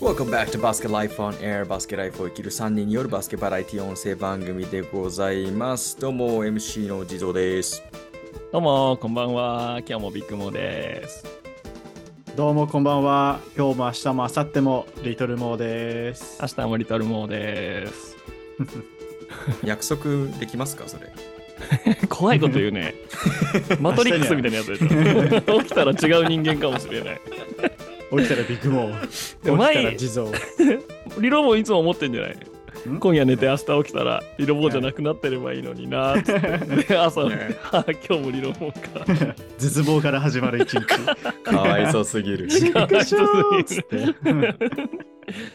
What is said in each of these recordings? Welcome back to Basket Life on Air バスケライフを生きる3人によるバスケバラエティ音声番組でございます。どうも MC の地蔵 です。どうも、こんばんは。今日もビッグモーです。どうもこんばんは。今日も明日も明後日もリトルモーです明。日もリトルモーです。 約束できますかそれ。怖いこと言う ね。マトリックスみたいなやつでしょ。起きたら違う人間かもしれない。起きたらビッグモー。起 きうたまいら地蔵。リロもいつも思ってんじゃない今夜寝て明日起きたらリロモーじゃなくなってればいいのになーっつって。で、朝、ねあ今日もリロモーか。絶望から始まる 一日。かわいそうすぎる。 違ううつって。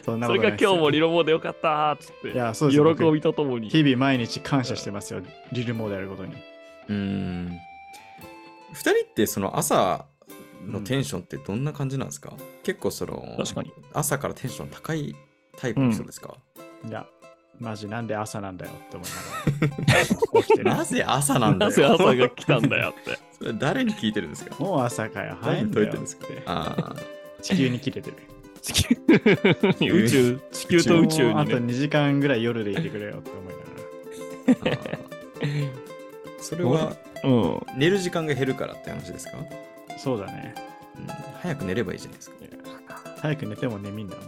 そんなそこれとが今ないですよ日もリロモーでよかったーっつって。いや、そうですよ。喜びとともに。日々毎日感謝してますよ。リルモーであることに。 うーん。2人ってその朝のテンションってどんな感じなんですか、結構その確かに。朝からテンション高いタイプの人ですか、いや、マジなんで朝なんだよって思いながら起きてる。 なぜ朝なんだなぜよ。朝が来たんだよって。それ誰に聞いてるんですかもう朝かよ。早い何んにだ解いてよるんでっすかて。あ地球に切れてる。地球 宇宙、地球と宇宙もうあにとね。 2時間ぐらい夜でいてくれよって思いながら。ーあ ー。それはうん。寝る時間が減るからって話ですか、うそうだね。ん、早く寝ればいいじゃないですか。早く寝ても眠いんだもん。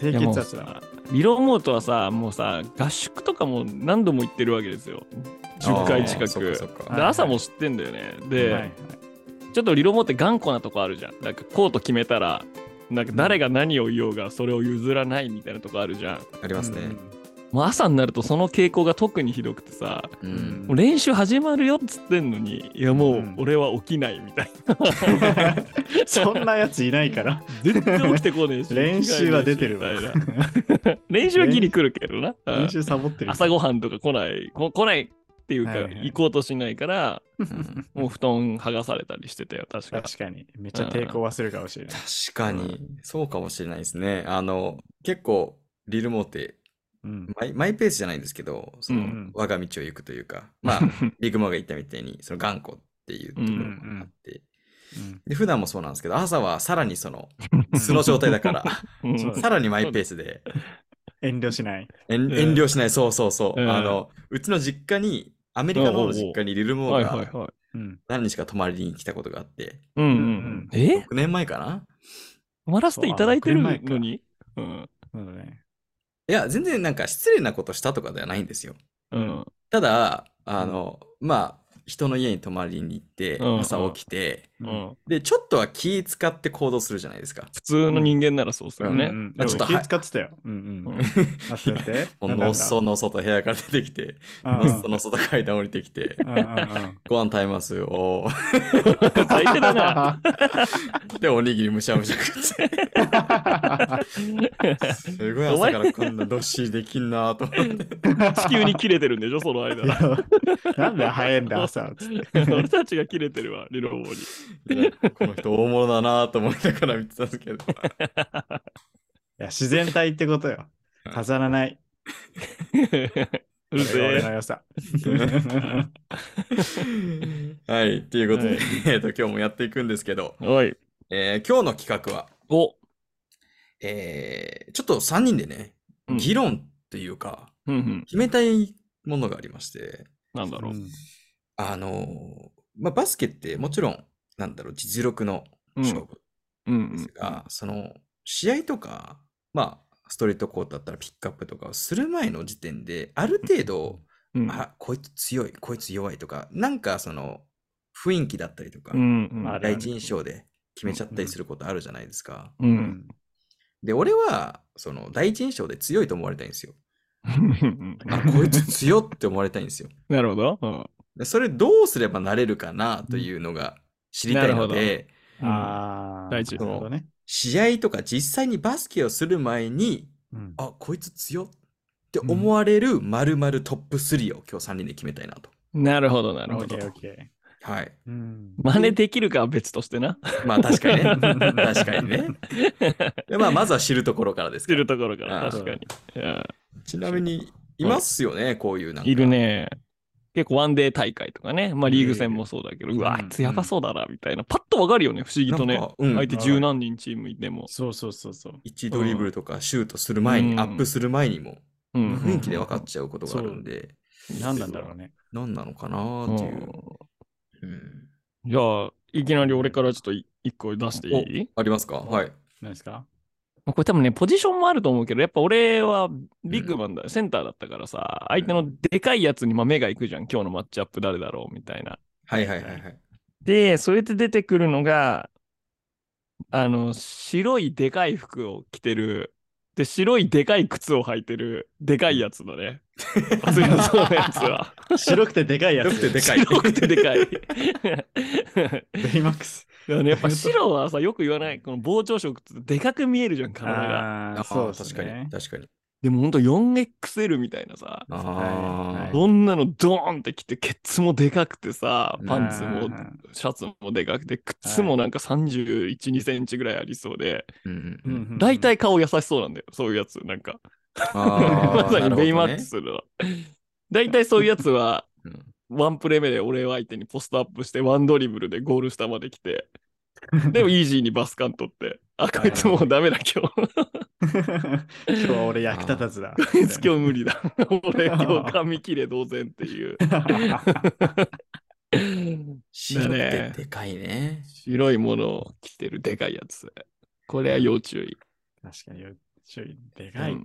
低血圧だもん。リロモートはさもうさ合宿とかも何度も行ってるわけですよ10回近あーそっかそっくかはいで朝も知ってんだよねで、はいはいちょっとリロモートって頑固なとこあるじゃんなんかコート決めたらなんか誰が何を言おうがそれを譲らないみたいなとこあるじゃんありますね。もう朝になるとその傾向が特にひどくてさううんんもう練習始まるよっつってんのにいやもう俺は起きないみたいな、 そんなやついないから。全然起きてこねえし 練習は出てるわみたいな 練習はギリ来るけどなうん練習サボってる。朝ごはんとか来ないこ来ないっていうか、はいはい行こうとしないからうんもう布団剥がされたりしてたよ確か確かに。めっちゃ抵抗はするかもしれない。確かに、そうかもしれないですね。あの、結構、リルモーテ、うん。マイマイペースじゃないんですけど、その、うんうん我が道を行くというか、まあ、ビッグモアが言ったみたいに、その頑固っていうところもあって、うんで、普段もそうなんですけど、朝はさらにその、素の状態だから、うんそうだねさらにマイペースで、遠慮しない。遠遠慮しない、そうそうそう、うんあの、うちの実家に、アメリカの方の実家にリルモはいーはいがはいうん。何日か泊まりに来たことがあって、うんうんうんえ6年前かな泊まらせていただいてるのにうんそうだね。いや、全然なんか失礼なことしたとかではないんですよ。うんただ、あの、まあ、人の家に泊まりに行ってうんう、ん朝起きて、う。うんんで、ちょっとは気使って行動するじゃないですか。普通の人間ならそうするよね、うんあちょっとでも気使ってたよ。うんうん。待って待って。もうなんだのっそのっそと部屋から出てきて、うんのっそのっそと階段降りてきて、うんうんご飯食べますよ。最低だなで、おにぎりむしゃむしゃ食って。すごい朝からこんなどっしりできんなと思って。地球に切れてるんでしょその間うんいやなんで早いんだ朝。つって俺たちが切れてるわリロモーにいやこの人大物だなと思いながら見てたんですけど。いや自然体ってことよ。飾らない。うるせ俺えの良さ。はい、ということで、はいえっと、今日もやっていくんですけど、おいえー今日の企画は、おえーちょっと3人でね、うん議論というか、うんうん決めたいものがありまして、なんだろう、うんあのーまあ、バスケってもちろん、なんだろう、実力のうん勝負うんですが、その、試合とか、まあ、ストレートコートだったらピックアップとかをする前の時点で、ある程度、うんうんあ、こいつ強い、こいつ弱いとか、なんかその、雰囲気だったりとか、うんうんまあ第一印象で決めちゃったりすることあるじゃないですか。ううんんで、俺は、その、第一印象で強いと思われたいんですよ。うんあ、こいつ強って思われたいんですよ。 なるほど。うんでそれどうすればなれるかなというのが知りたいのなるで、ああ。大事なるほどね。試合とか実際にバスケをする前に、うんあ、こいつ強って思われる〇〇トップ3を今日3人で決めたいなと。なるほど、なるオほッケど。ーオッケはい。ー。うん。真似できるかは別として な。まあ確かにね。確かにね。でまあまずは知るところからです知けるど。ところかあら、あ確かに。いやちなみに、いますよね、こういうなんか。いるね。結構ワンデー大会とかね、まあリーグ戦もそうだけど、うわ、うあんいつやばそうだな、みたいな。パッとわかるよね、不思議とねなんか。うん相手十何人チームいても。そうそうそうそう。 1ドリブルとかシュートする前に、うんアップする前にも、うん雰囲気で分かっちゃうことがあるんで、何なんだろうね。何なのかなーっていう。うんうんじゃあ、いきなり俺からちょっとい一個出していいありますかはい。何ですかまあこれ多分ね、ポジションもあると思うけど、やっぱ俺はビッグマンだ、センターだったからさ、相手のでかいやつにまあ目が行くじゃん。今日のマッチアップ誰だろうみたいな。はいはいはいはい。で、それで出てくるのが、あの、白いでかい服を着てる、で、白いでかい靴を履いてる、でかいやつだね。熱いそうなやつは。白くてでかいやよくてつ。でかい。白くてでかい。ベイマックス。あのやっぱ 白はさ、よく言わない、この膨張色ってでかく見えるじゃん、体が。ああーあ、そうです確かねに。。確かに。でもほんと 4XL みたいなさ、あはあ。いこんなのドーンって着て、ケツもでかくてさ、パンツうもんシャツもでかくて、靴もなんか31、2センチぐらいありそうで、うんううんんううんんうん大体顔優しそうなんだよ、そういうやつ。なんか、 あーまさにベイマック。なるスの。大体そういうやつは、ほどねワンプレー目で俺を相手にポストアップして、ワンドリブルでゴール下まで来て、でもイージーにバスカン取って、あ、こいつもうダメだ、今日。 今日は俺役立たずだ。こいつ 今日無理だ。俺今日髪切れ同然っていう。白だくねてでかいね。白いものを着てるでかいやつ。これは要注意。確かに、ちょいでかい、うん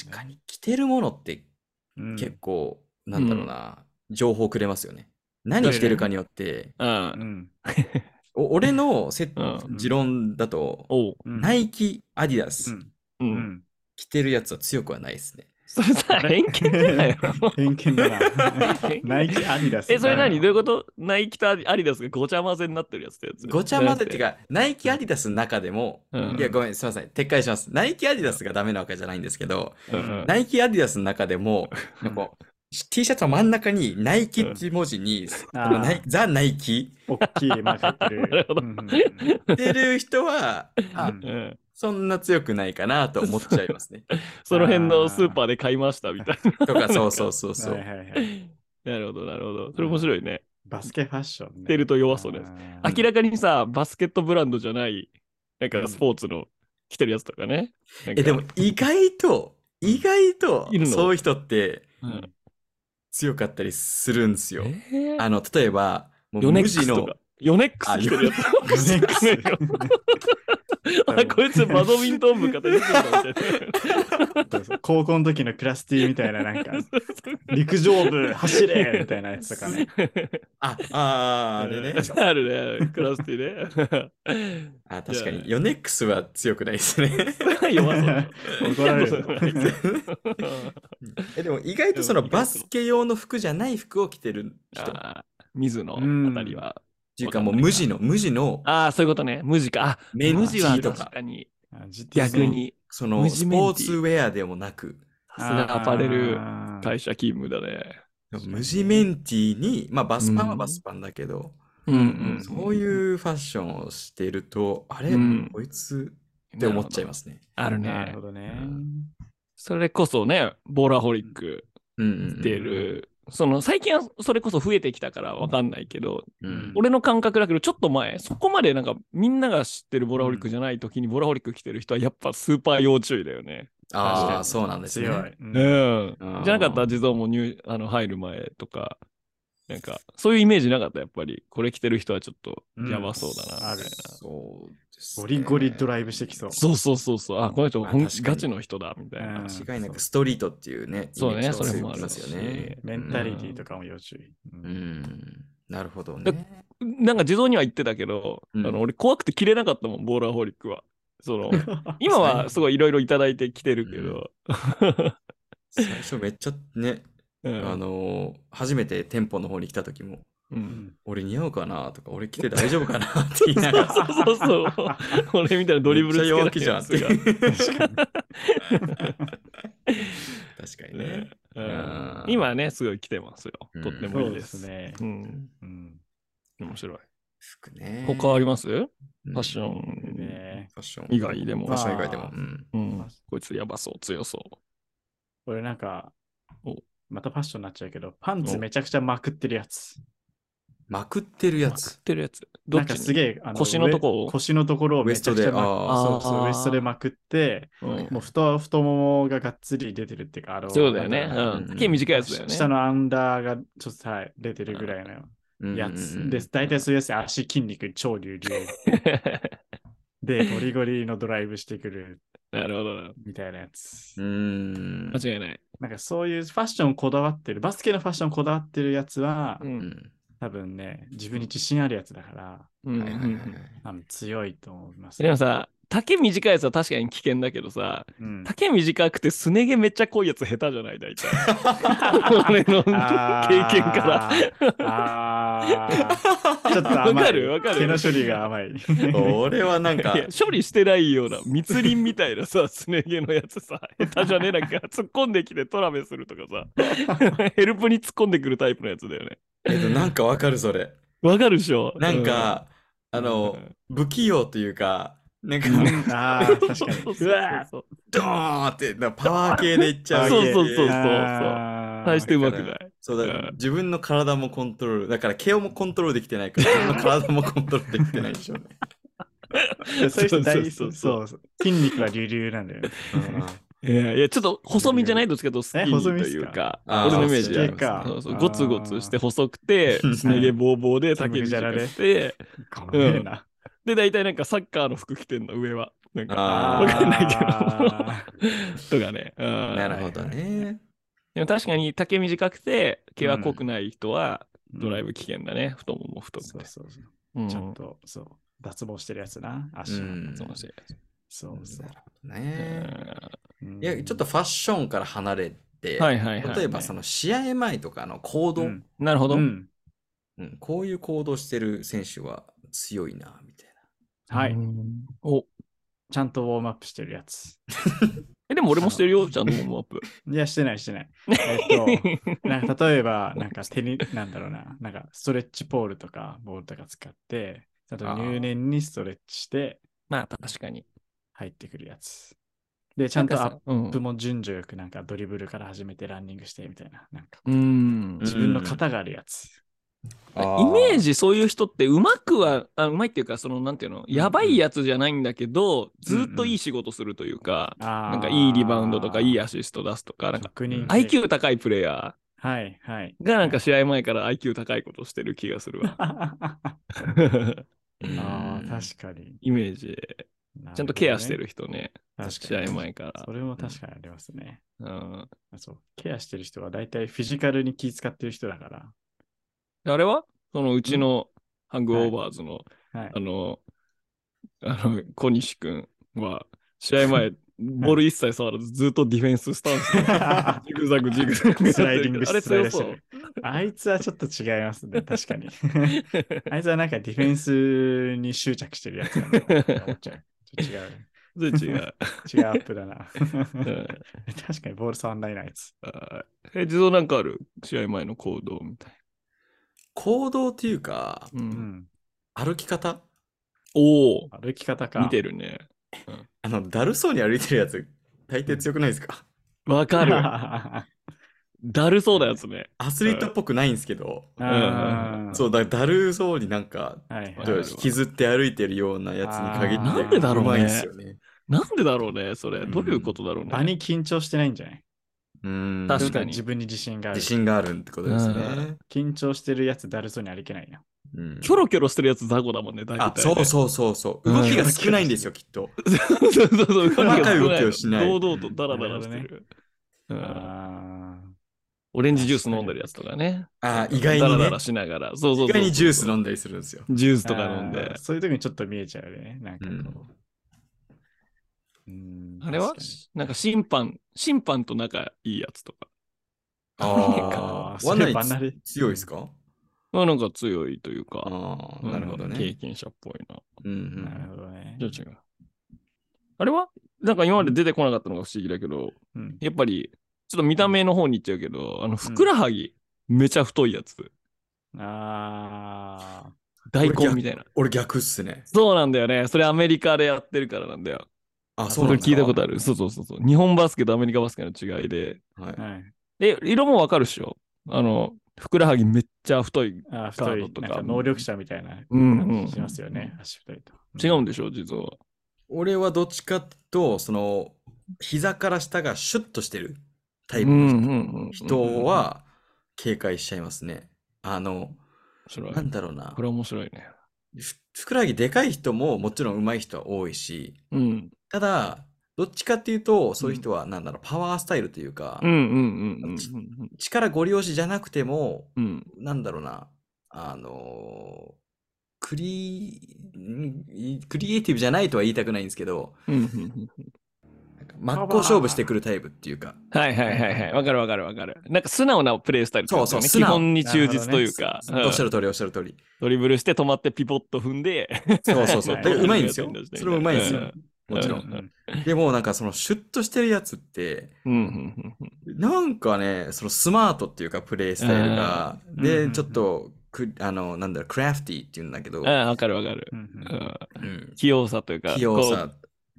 確かに着てるものってうん。結構、なんだろうな、情報くれますよね。何着てるかによって、う。うんん。お俺のセッうん持論だと、おう。うんナイキ、アディダうスん。う。うんん。着てるやつは強くはないですね。それさ、偏見だよ。偏見だな。ナイキ、アディダス。え、それ何どうういうことナイキとアディアディダスがごちゃ混ぜになってるやつってやつ。ごちゃ混ぜっていうか、ナイキ、アディダスの中でも、うんいや、ごめん、すいません、撤回します。ナイキ、アディダスがダメなわけじゃないんですけど、うんナイキ、アディダスの中でも、なんか T シャツの真ん中にナイキっていう文字に、あのナイザ・ナイキ大きいマーク入ってる。なるほどうんうん着てる人は、あう んうん。そんな強くないかなと思っちゃいます ね。その辺のスーパーで買いましたみたいとか、そうそうそうそう。はいはいはい。な。な るほど、なるほど。それ面白いね。バスケファッションね。てると弱そうですあー明らかにさ、バスケットブランドじゃない、なんかスポーツの着てるやつとかね。なんかえ、でも、意外と、意外といる、のそういう人ってうん強かったりするんですよ。えーあの、例えば、もうヨネ無ックス地とのか。。ヨネックス着てるやつ。ヨネックス あ、こいつバドミントン部片付けたみたいな。そうそう 高校の時のクラスティみたいな、な んか、陸上部走れみたいなやつとかね。あ、あー、あれね。あるねある、クラスティね。 あ、確かいやに。ヨネックスは強くないですね。弱そうだ。怒られ るそうだね え、でも意外とそのバスケ用の服じゃない服を着てる人。っあー水野のあたりは。ていうかもう無地の、無地のああ、そういうことね。無地か。あ、メン無テ地ィはーと確か、かに。あ実逆に。その無ス地メンティポーーツウェアでもなく、さすがアパレル会社勤務だね。かに無地メンティーに、まあバスパンはバスパンだけど、うんうんそういうファッションをしてると、あれ、うん。こいつって思っちゃいますすね。あるなるねほ。どね。それこそね、ボーラホリックうんうんうん出る。その最近はそれこそ増えてきたからわかんないけど、うん俺の感覚だけど、ちょっと前、そこまでなんかみんなが知ってるボラホリックじゃない時にボラホリック着てる人はやっぱスーパー要注意だよね。確かああ、にそうなんですね。強い。うんうん。うんじゃなかったら地蔵も入あの入る前とか、なんかそういうイメージなかった、やっぱり。これ着てる人はちょっとやばそうだな。あるそうです、ゴリゴリドライブしてきそう。そうそうそうそう。あ、この人まあほん確かにガチの人だ、みたいな。うん間違いなくストリートっていうね、そうねイメージがそれもあるし強くなりますよねメンタリティとかも要注意。ううんん、なるほどだね。なんか地蔵には言ってたけど、うんあの俺怖くて着れなかったもん、ボーラホリックは。その、今はすごいいろいろいただいて着てるけど、最初めっちゃね、うんあのー初めて店舗の方に来た時も、ううんん俺似合うかなとか、俺着て大丈夫かなって言いながら、そう そうそう。俺みたいなドリブルめっちゃ弱気つけじたゃやんっつて。が確か確かににね。うんうん今はね、すごい来てますよう。んとってもそいいうでですす。ね。うん、うん面白い。服ね。他ありますフうんァッショいいンねファッション以外でもファッション以外でも。うんうん。こいつやばそう、強そ俺なんかお、またファッションになっちゃうけど、パンツめちゃくちゃまくってるやつ。まくってるやまくつっ。てるやつ。どなっんちかすげえ、あ腰のとこ上腰のところをウエめスちゃトくちで。ゃまああ。あそーうそう、ウエストでまくって、うんもう太太ももががっつり出てるっていうか、あのそうだよね。なんかうん。毛短いやつだよね。下のアンダーがちょっとはい出てるぐらいのうんやつ。うんうんで、大体そういうやつ足筋肉超流量 で、ゴリゴリのドライブしてくる なるほどな。みたいなやうつ。ーん。間違いない。なんかそういうファッションこだわってる、バスケのファッションこだわってるやつは、う。うんん多分ね、自分に自信あるやつだから、うんはいはいはいはい。あの強いと思います、でもさ、丈短いやつは確かに危険だけどさ、 うん、丈短くてすね毛めっちゃ濃いやつ下手じゃない大体。俺の経験から。ら。あーちょっと甘い。わかるわかる毛の処理 が甘い。俺はなんかいや、処理してないような密林みたいなさすね毛のやつさ下手じゃねえなんか突っ込んできてトラベするとかさヘルプに突っ込んでくるタイプのやつだよねえっと、なんかわかるそれ。わかるでしょなん、か、あの、不器用というか、なんか、ああ、うん確か に。そうそううわそうドーンって、なんかパワー系でいっちゃう。そうそうそうーそうあー大してうまくないそうだからうん自分の体もコントロール。だから、毛もコントロールできてないから、自分の体もコントロールできてないでしょうね。いやそういう人大そそううそそう。筋肉は隆々なんだよね。いやいやちょっと細身じゃないどっちかというとスキえニー細と身っすかいうかあー俺のイメージありスキーまかすそうそうあーゴツゴツして細くてうんすね毛ぼうぼうで丈つむじゃ短らくれてごめんな。で大体なんかサッカーの服着てんの上はなんかあーわかんないけどとかねうんなるほどね。でも確かに丈短くて毛は濃くない人はドライブ。ブ危険だね、太もも太くてそうそうそう。うんちゃんと、そう。脱毛してるやつな。う足の。ん。そうかもしれないそうそうなる。ほどね。うんいや、ちょっとファッションから離れて、はいはいはい例えばその試合前とかの行動、うんなるほど、うんうんこういう行動してる選手は強いな、みたいはうい。んおちゃんとウォームアップしてるやつ。えでも俺もしてるよちゃんとウォームア ップいや、してない、し てない。えっと、なんか例えば、なんか手に、なんだろうな、なんかストレッチポールとかボールとか使って、あとあー入念にストレッチしてまあ確かに入ってくるやつ。で、ちゃんとアッップも順序よくなんかドリブルから始めてランニングしてみたいな、なんかうん、うん自分の型があるやつ。な。イメージジそういう人ってうまくはあうまいっていうかそのなんていうのやばいやつじゃないんだけど、ずっといい仕事するというか、ななんかいいリバウンドとかいいやアシスト出すとかなんか職人系 IQ 高いプレイヤはい、 はい。ーがなんか試合前から IQ 高いことしてる気がする わああー、確確かに。イメージちゃんとケアしてる人ね確試かに合前からそれも確かにありますね。うんそうケアしてる人は大体フィジカルに気使ってる人だかあれはそのうちのハングオーバーズの、ら。はいあ、の、あの、小西くんは、試合 前、ボール一切触らず、ずっとディフェンススタンスで、 ジグザグジグザグやってるけど。スライディングあれスラ強イドしそてうる。。あいつはちょっと違いま すね、確かに。あいつはなんかディフェンスに執着してるやつだなって思っちゃう。ちょっ全然違う。と違う。違うアップだな。 うん確かにボール触んないな、あいつ。あーえ、地蔵なんかある試合前の行動みたい行動っていうか、な。ううんん。歩き方おお歩き方か。見てる。るね。あの、だるそうに歩いてるやつ、大抵強くないですか、わか る。あだるそうなやつね。アスリートっぽくないんですけど、ーそう、だだるそうになんか、はいわはかるわ引きずって歩いてるようなやつに限って、あーなんでだろうねまいんですよね。なんでだろうね、それ。うんどういうことだろうい。ね。場に緊張してないんじゃないうん確かに自分に自信がある自。信があるってことですね。緊張してるやつだるそうに歩けないよ。うんキョロキョロしてるやつ雑魚だもんね、大体ね。あ、そうそうそうそう。うん動きが少ないんですよ、きっと。そうそうそう。細かい動きをしない堂々とダラダラしてる。うんああ。オレンジジュース飲んでるやつとかね。あー意外ダにラダね。ラしながら。そうそうそう。意外にジュース飲んだりするんですよ。ジュースとか飲んであー。そういう時にちょっと見えちゃうよね。なんかこう。うんあれは確かになんか審判、審判と仲いいやつとか。ああーあ、ワンナそれイバナツリ強いですかまあなんか強いというか。ああ、うんなるほど経ね。験者っぽいな。うんうなるんほどね。じゃあ違う。あれはなんか今まで出てこなかったのが不思議だけど、うんやっぱり、ちょっと見た目の方に行っちゃうけど、あの、ふくらはぎ、めちゃ太いやつ。ああ。大根みたいな。俺逆っすね。そうなんだよね。それアメリカでやってるからなんだよ。あ、そそううなん聞いたことあある。そうそうそうそう。日本バスケとアメリカバスケの違いで、る。はい。はい。え、色もわかるっしょあの、ふくらはぎめっちゃ太い。あ太ガーい、ドとなかんか能力者みたいなうん感じしますよね、足太いと。違うんでしょ実は。俺はどっちかと、その、膝から下がシュッとしてるタイうプんの人うんうんうん人、は警戒しちゃいますね。あの、面白いなんだろうなこ。れ面白いね。ふふくらはぎでかい人ももちろん上手い人は多いし、うん。ただ、どっちかっていうと、そういう人はなんだろう、パワースタイルというかうん、うんうんうんうん力ご利用しじゃなくても、うん。うん。なんだろうな、あのークリ、んクリエイティブじゃないとは言いたくないんですけど、うんうんうんなんか真っ向勝負してくるタイプっていうか、はいはいはいはい。わかるわかるわかる。なんか素直なプレイスタイルってことだよねそうそう素直基本に忠実というか、なおうっんしゃる通りおっしゃる通り。ドリブルして止まってピポッと踏んで、そうそう そう。はいだからうまいんですよはい。それもうまいんですようん。もちろ。うんん。でもなんかそのシュッとしてるやつって、うんうんうんなんかね、そのスマートっていうかプレイスタイルが、うんうんうんうで、んちょっとく、あの、なんだろう、クラフティーって言うんだけど、うん。ああ、わかるわかる。うんううんんうん器用さというか、器用こうさ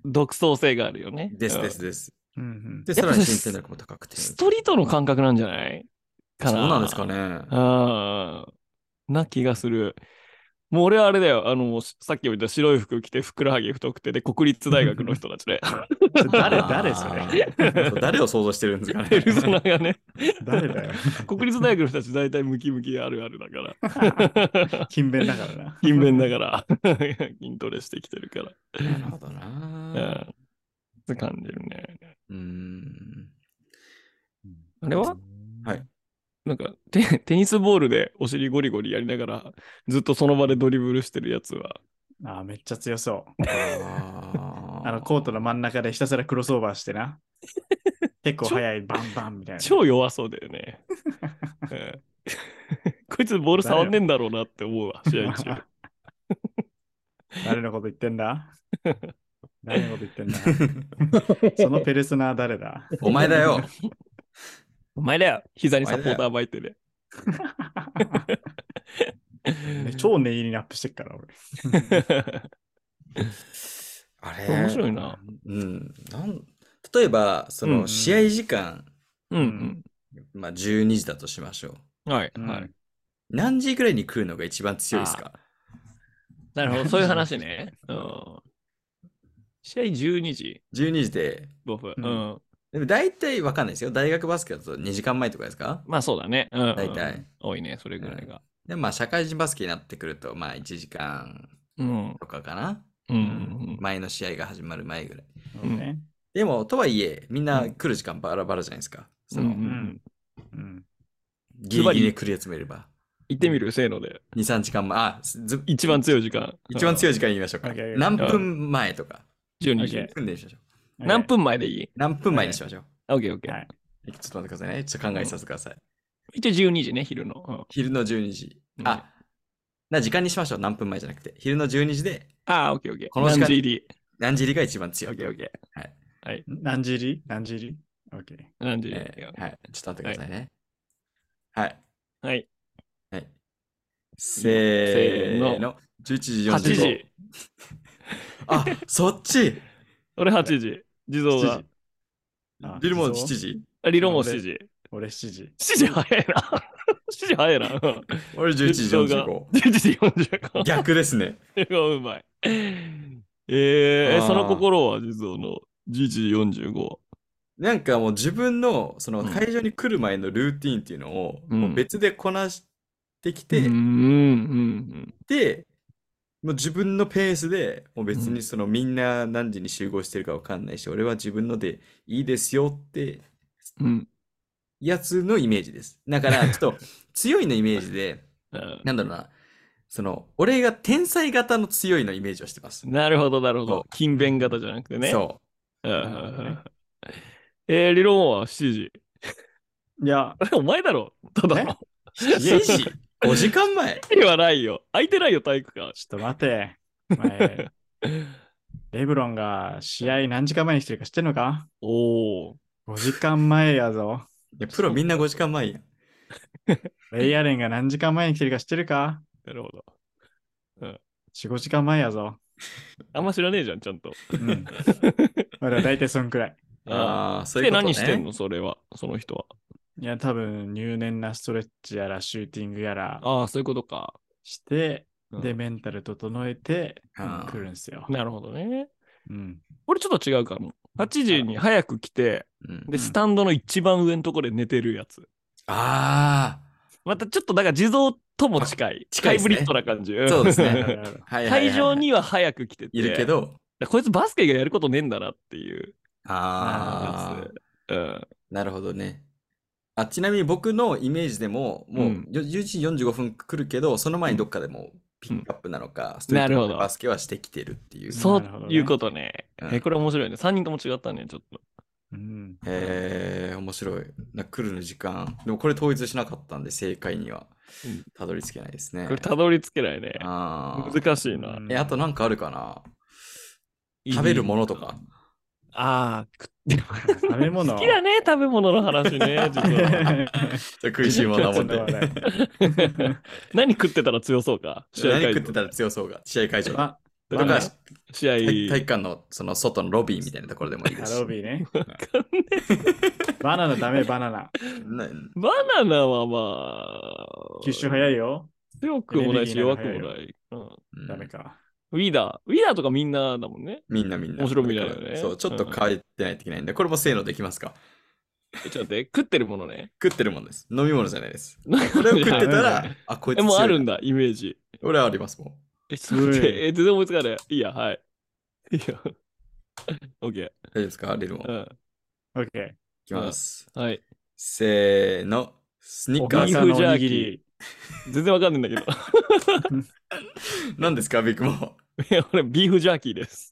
独創性があるよね。ですうんですです。うんうんで、やさっらぱにそれ新戦力も高くて。ストリートの感覚なんじゃないかなそうなんですかね。ああ、な気がする。もう俺はあれだよ、あの、さっきも言った白い服着て、ふくらはぎ太くて、で、国立大学の人たち で、それ誰、あー誰 それそう誰を想像してるんですかペルソね。ナがね、誰だよ。 国立大学の人たち大体ムキムキあるあるだから、勤勉だからな。勤勉だから、 筋トレしてきてるかなるほどら、うん。な。って感じるね。うん。あれははいなんかテ、 テニスボールでお尻ゴリゴリやりながら、ずっとその場でドリブルしてるやつは、あーめっちゃ強そう。ああのコートの真ん中でひたすらクロスオーバーし てな。結構早いバンバンみたいな。超弱そうだよね。 うん こいつボール触んねえんだろうなって思うわ、試合中。 誰のこと言ってん だ誰のこと言ってん だそのペルソナは誰だお前だよ。 お前だよ膝にサポーター巻いてね。ね超念入りにアップしてっから俺。 あれ面白いな。うん。なん例えば、そうんうのん試合時間、うんまあ12時だとしましょう。うん。はい、うんはい。何時ぐらいに来るのが一番強いですかなるほど、そういう話ね。 うん試合12時、 ?12 時で。僕。ううん。んでも大体わかんないですよ。大学バスケだと2時間前とかですかまあそうだね。うん。大体。多いね、それぐらいが。で、まあ社会人バスケになってくると、まあ1時間うん。とかかなうんうん前の試合が始まる前ぐらい。そうねでも、とはいえ、みんうなん来る時間バラバラじゃないですか。うその、ん。うんギリギリで来るやつもいれば。行ってみる、せーので。 2、3時間前。あ、ず一番強い時間。一番強い時間言いましょうか。 OK 何分前とか。い。12時 OK。分でしましょう。何分前でいい何分前にしましょう。オッケーオッケーはい。ちょっと待ってくださいね。ちょっと考えさせてください。一応12時ね、昼の。うん昼の12時。うんあ、な時間にしましょう。何分前じゃなくて。昼の12時でああ、オッケーオッケー。この時間何時入り。何時入りが一番オ強い。ッケーオッケー。はい。何時入り何時入り ?OK。何時入り、えーはい。ちょっと待ってくださいね。はい。はい。はい。せーせーの。11時45 8時。あ、そっち俺8時。地蔵7は時。。あビルモン7そう時あ理論も7時。俺7時。 7時早いな。7時 早いな。うん俺11時地蔵が45。 11時45。逆ですね。うまい。えーえ、あーその心は地蔵の11時45。なんかもう自分のそのうん会場に来る前のルーティンっていうのをうんもう別でこなしてきて、うんうんで、もう自分のペースで、もう別にそのみんな何時に集合してるかわかんないし、俺は自分のでいいですよってうん。うんやつのイメージです。だ から、ちょっと強いのイメージで、うんなんだろうな、その、俺が天才型の強いのイメージをしてます。なるほど、なるほそどう。勤勉型じゃなくてね。そうんうんなるほうどねん。えー、理論は7時。 いや、あれお前だろただの。う。7時 ?5 時間前ではないよ。空いてないよ、体育館。ちょっと待て。お 前レブロンが試合何時間前に来てるか知ってんのかおお。 ?5 時間前やぞ。いやプロみんな5時間前やん。レイアレンが何時間前に来てるか知ってるかなるほど。 ?4、5時間前やぞ。あんま知らねえじゃん、ちゃんと。 うん。まだ大体そんくらい。ああ、そういうで、こと何してんね。のそれは、その人は。いや、多分入念なストレッチやらシューティングやらああ、そういうことか。して、うんで、メンタル整えて、あー来るんですよ。なるほどね。 うん。俺ちょっと違うかも。8時に早く来て、うんで、うんスタンドの一番上のところで寝てるやつ。あまたちょっとだから地蔵とも近い。近いでハすイブねリッドな感じ。あ、そう ですあるね。あるはいはいはい会はい場には早く来てて。いるけど、だからこいつバスケがやることねえんだなっていうあやあ、つ。うん。なるほどね。あ、ちなみに僕のイメージでも、もううんよ10時45分来るけど、その前にどっかでもうピックアップなのか、ストリーなトるほのどバスケはしてきてるっていう。そなるほどうねいうことね。うんえ、これ面白いね。3人とも違ったね、ちょっと。うん。へえ、面白い。な来るの時間。でもこれ統一しなかったんで、正解にはうんたどり着けないですねこ。れたどり着けないね。あー難しいな。え、あとなんかあるかな食食べるものとか。ああ、食ってます食べ物好きだね、食べ物の話 ね、実は。それ食いしん坊なもん で。ちょっと笑何食ってたら強そうか。試合何会食っ場てたら強そうが、試合会場。あ、とそれかね、試合。体体育館のその外のロビーみたいなところでもいいでハすロし。ビーね。バナナダメ、バナナ。なバナナはまあ、吸収早いよ。強くもないしエネル弱ギーがく入るもない。うんうんダメか。ウィーダー。ウィーダーとかみんなだもんね。みんなみんな。面白みだよねそう、ちょっと変えてないといけないんで、これもせーのできますかえちょっと待って、食ってるものね。食ってるもんです。飲み物じゃない です。こ これを食ってたいやら、あ、こいつえ、もうあ強るいんな。だ、イメージ。俺はありますもん。え、ちょっと待ってういえ、全然思いつかない。いいや、はい。いいや。オッ大ケ丈夫ですかレルモン。ー。ういん。オッケきます。はい。せーの。スニー。ッおカ母ービささんーん。のフおジャーにキーぎり。全然わかんないんだけど。何ですかビッグモン。いや、俺、ビーフジャーキーです。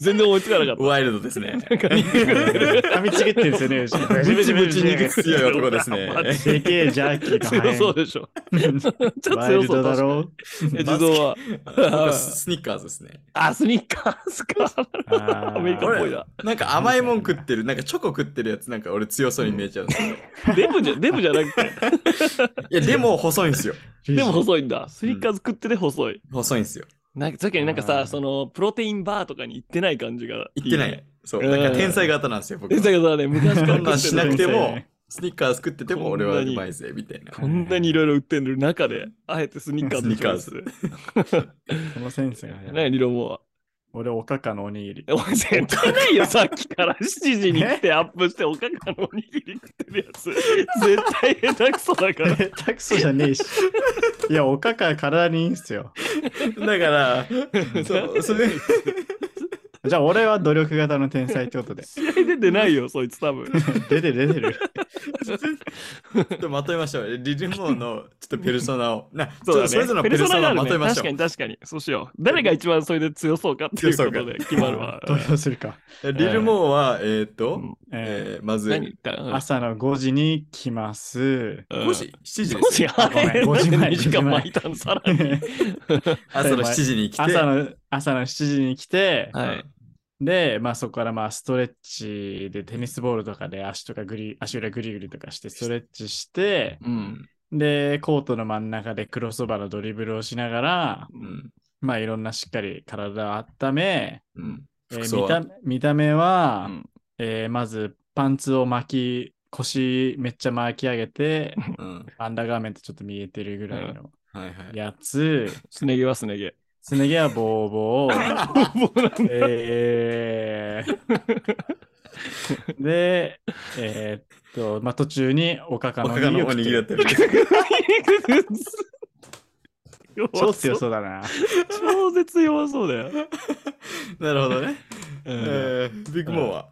全然思いつかなかった。ワイルドですね。噛みちぎってるんですよね うち。ブチブチ肉強い男ですね。マジ でけえジャーキーの強肺。そうでしょ。ちょっとワイ強ルそドうだだろ。ろう。え、自動は。僕スニッカーズですね。あ、スニッカースか。アアメリカっぽいな。なんか甘いもん食ってる、なんかチョコ食ってるやつなんか俺強そうに見えちゃうんですけど。いデブじゃ、デブじゃなくて。や、でも細いんですよ。でも細いんだ。スニッカーズ食ってて細い。細いんですよ。なんか、さっきなんかあさ、ーその、プロテインバーとかに行ってない感じが。言ってない。ね。そう。うんだから天才型なんですよ、僕え、は。だけどね、昔からこんなん食っしてなるくて天才もね、スニッカーズ食ってても俺はうまいぜ、みたいな。こんなにいろいろ売ってんのに中で、あえてスニッカーズに行スそのセンスがねね、リロモは。俺、おかかのおにぎり。お前絶対ない よ、さっきから7時に来てアップしておかかのおにぎり食ってるやつ。絶対下手くそだから。下手くそじゃねえし。いや、おかか体にいいんすよ。だから、そう、それ、じゃあ、俺は努力型の天才って ことで。試合出てないよ、そいつ多分。出てる出てる。ちょっとまとめましょう。リルモーのちょっとペルソナを。な、ちそうょっとだね。それぞれのペルソナをまとめましょ確かうに確かに。そうしよう。誰が一番それで強そうかっていうこと強そうで決まるわ。投票するか。。えリルモーは、えーっうと、んええーまず、何言ったー、朝の5時に来ます。 ?5 5時 ?7 時5です時よ。早い。ごめん5時前2時間巻いたの、さらに。朝の7時に来て、朝の朝の7時に来て、はい。で、まあ、そこからまあストレッチでテニスボールとかで足とかグリ足裏グリグリとかしてストレッチして、うん。で、コートの真ん中でクロスオーバーのドリブルをしながら、うん。まあいろんなしっかり体を温め、うん。えー服装見はた見た目は、うんえーまずパンツを巻き、腰めっちゃ巻き上 げて、うん。アンダーガーメントちょっと見えてるぐらいのはいはい。やつ、すね毛はすね毛。すね毛はボー ボー。もうなんかえーで、えーっと、まあ、途中におかかおのおかにぎかりのおを食にぎってりだっるた り。超強そうだな。超絶弱そうだよ。なるほどね。うえんービッグモーは。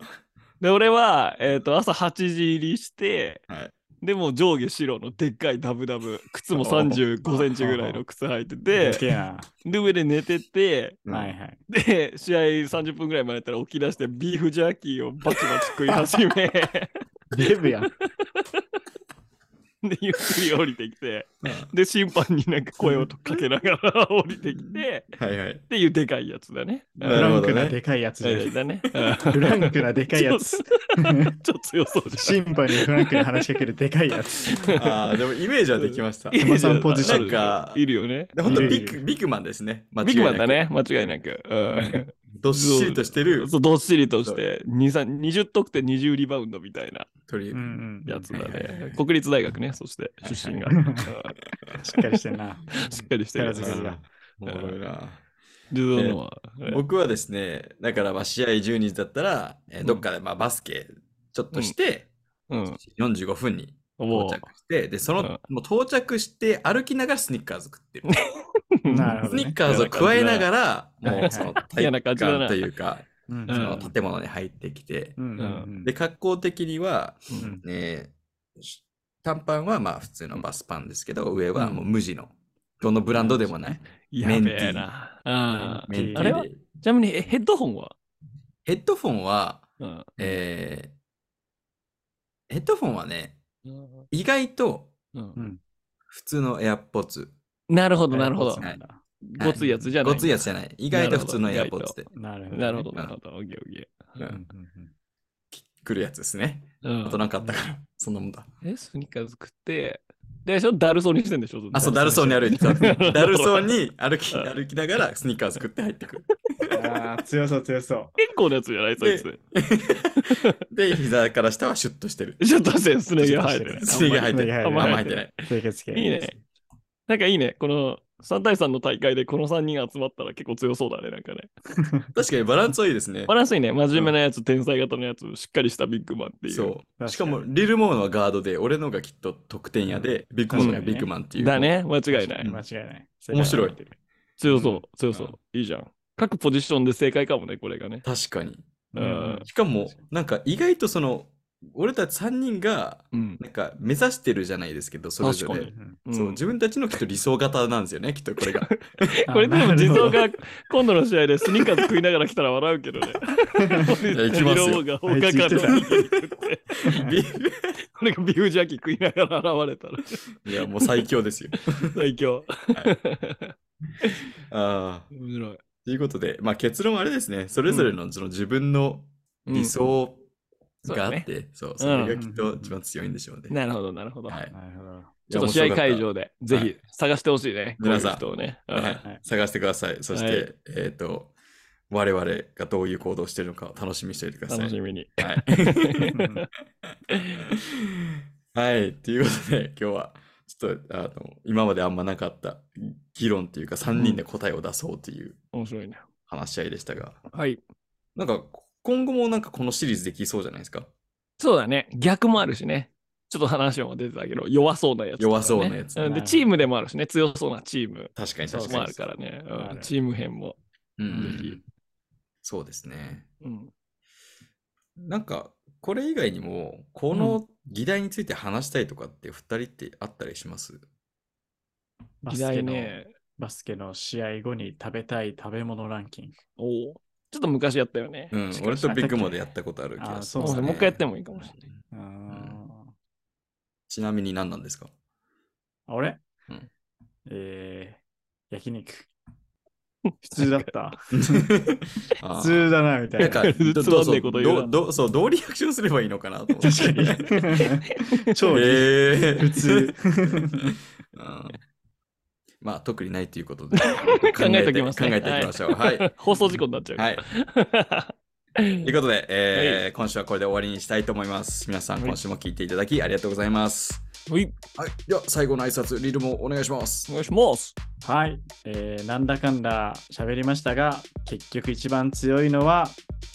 で、俺は、えっ、と、朝8時入りして、はいでもう上下白のでっかいダブダブ、靴も35センチぐらいの靴履いてすて、げえな。で、上で寝てて、うんはいはい。で、試合30分ぐらい前だったら起き出して、ビーフジャーキーをバチバチ食い始め、で、デブやん。ゆっくり降りてきて、で、審判になんか声をかけながら降りてきて、はいはい。っていうでかいやつだね。なフるラほンどねクなでかいやつじゃん。だね。フランクなでかいやつ。ちょっと強そうじゃん。審判にフランクに話しかけるでかいやつ。ああ、でもイメージはできました。いでるよおさんポジションなんか、いるよね。本当いるビいるッグ、ビッグマンですね。間違ビいッグなマくンだ。ね、間違いなく。どっしりとしてうるん。。そう、どっしりとして、2 20得点20リバウンドみたいな。取りうんうん。やつだはいはいはねい。国立大学ね、そして出身が。はいはうんしっかりしてんな。しっかりしてるやつ力づくがおもろいな。リゾノは。はい僕はですね、だからまあ試合10時だったら、えーうんどっかでまあバスケちょっとして、うん。 45分にお到う着して、で、その、もう到着して歩きながらスニッカーズ食ってる。なるほスどねニッカーズを加えながら、嫌な感じだもうその体 嫌な感育じだな館というか、うんうそんの建物に入ってきて、うんうんうんで、格好的には、うんね、し短パンはまあ普通のバスパンですけど、上はもう無地の、どのブランドでもない、やべえな。あメンティーであれはちなみにえヘッドホンはヘッドフォンは、うんえーヘッドフォンはね、うん意外とうん普通の AirPods。なるほど、なるほそどう。なんだごついやつじゃない。ごついやつじゃない。意外と普通の AirPods でなるほどね。なるほど、うんなるほど。オッケーオッケううんんうんうん来るやつですね。ー。大うん人かったから、そんなもんだ。え、スニーカーズ食って、でしょ、だるそうにしてんでしょずっとあ、そう、だるそうに歩いてた。 そうだるそうに歩き、うん歩きながらスニーカーズ食って入ってくる。あー強そう強そう。結構なやつじゃない、そいつ。で、膝から下はシュッとしてる。 ちょっとせ、すね毛生えてすね毛生えてある。んまあんま生入えっててなないい。清潔系。いいね。なんかいいね。この3対3の大会でこの3人集まったら結構強そうだね。なんかね。確かにバランスはいいですねバ。ランスいいね。真面目なやつ、天才型のやつ、しっかりしたビッグマンっていう。そう。にしかも、リル・モーノはガードで、俺のがきっと得点やで、ビッグマンがビッグマンっていう。だ。ね。間違いな間い。違いない。面白い。強そう、強そうう。いいじゃん。各ポジションで正解かもね、これがね。確かに。うんうんしかも、なんか意外とその、俺たち3人が、うん。なんか目指してるじゃないですけど、それぞ確れか。そうう自分たちのきっと理想型なんですよ ね、きっとこれが。これでも地蔵がが今度の試合でスニーカーズ食いながら来たら笑うけ どね。や行きますよ地蔵が他からの人間に食ってビールこれがビーフジャーキー食いながら現れたらいや、もう最強 ですよ。最強。ああ。面白い。ということで、まあ結論はあれですね、それぞれのその自分のうん理想そうだがあねって、そう、それがきっと一番強いんでしょうね。なるほど、なるほど。はい なるほど。ちょっと試合い会や面白かっ場でぜひ探してほしいね。皆さんこういう人をね。たうんはい 探してください。そして、はいえっ、と、我々がどういう行動をしてるのかを楽しみにしておいてください。楽しみに。はい。 はい、ということで、今日はちょっとあの今まであんまなかった議論というか、3人で答えを出そうという面白いね。話し合いでしたが、はい。なんか今後もなんかこのシリーズできそうじゃないですか。そうだね。逆もあるしね。ちょっと話も出てたけど、弱そうなやつとかね、弱そうなやつんで、チームでもあるしね。強そうなチーム確かに確かに。もあるからね。ううんチーム編も。うんぜひ。そうですね。うん。なんかこれ以外にも、この議題について話したいとかって2人ってあったりします、バ時スケ代の、ね。バスケの試合後に食べたい食べ物ランキング。おお。ちょっと昔やったよね。うんし、か俺しとビッグモでやったことある気がするあそうだねもう一回やってもいいかもしれない。うーんちなみに何なんですかあれ、うんえー、焼肉。普通だった。あー普通だな、みたなんいな。か、確ずっとどうつまんねえこと言うなどどそう、どうリアクションすればいいのかなと思って。か に。超普えー、通。 うんまあ、特にないということで。考えときますね考えていきましょう。はい。 放送事故になっちゃう。。はいい。ということで、えー今週はこれで終わりにしたいと思います。皆さん、はい今週も聞いていただきありがとうございます。はい。はい。では、最後の挨拶、リルもお願いしますお。願いします。はい、えー。なんだかんだ喋りましたが、結局一番強いのは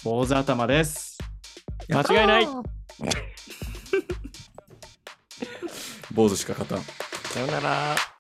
坊主頭です。間違いない。坊主しか勝たん。さよなら。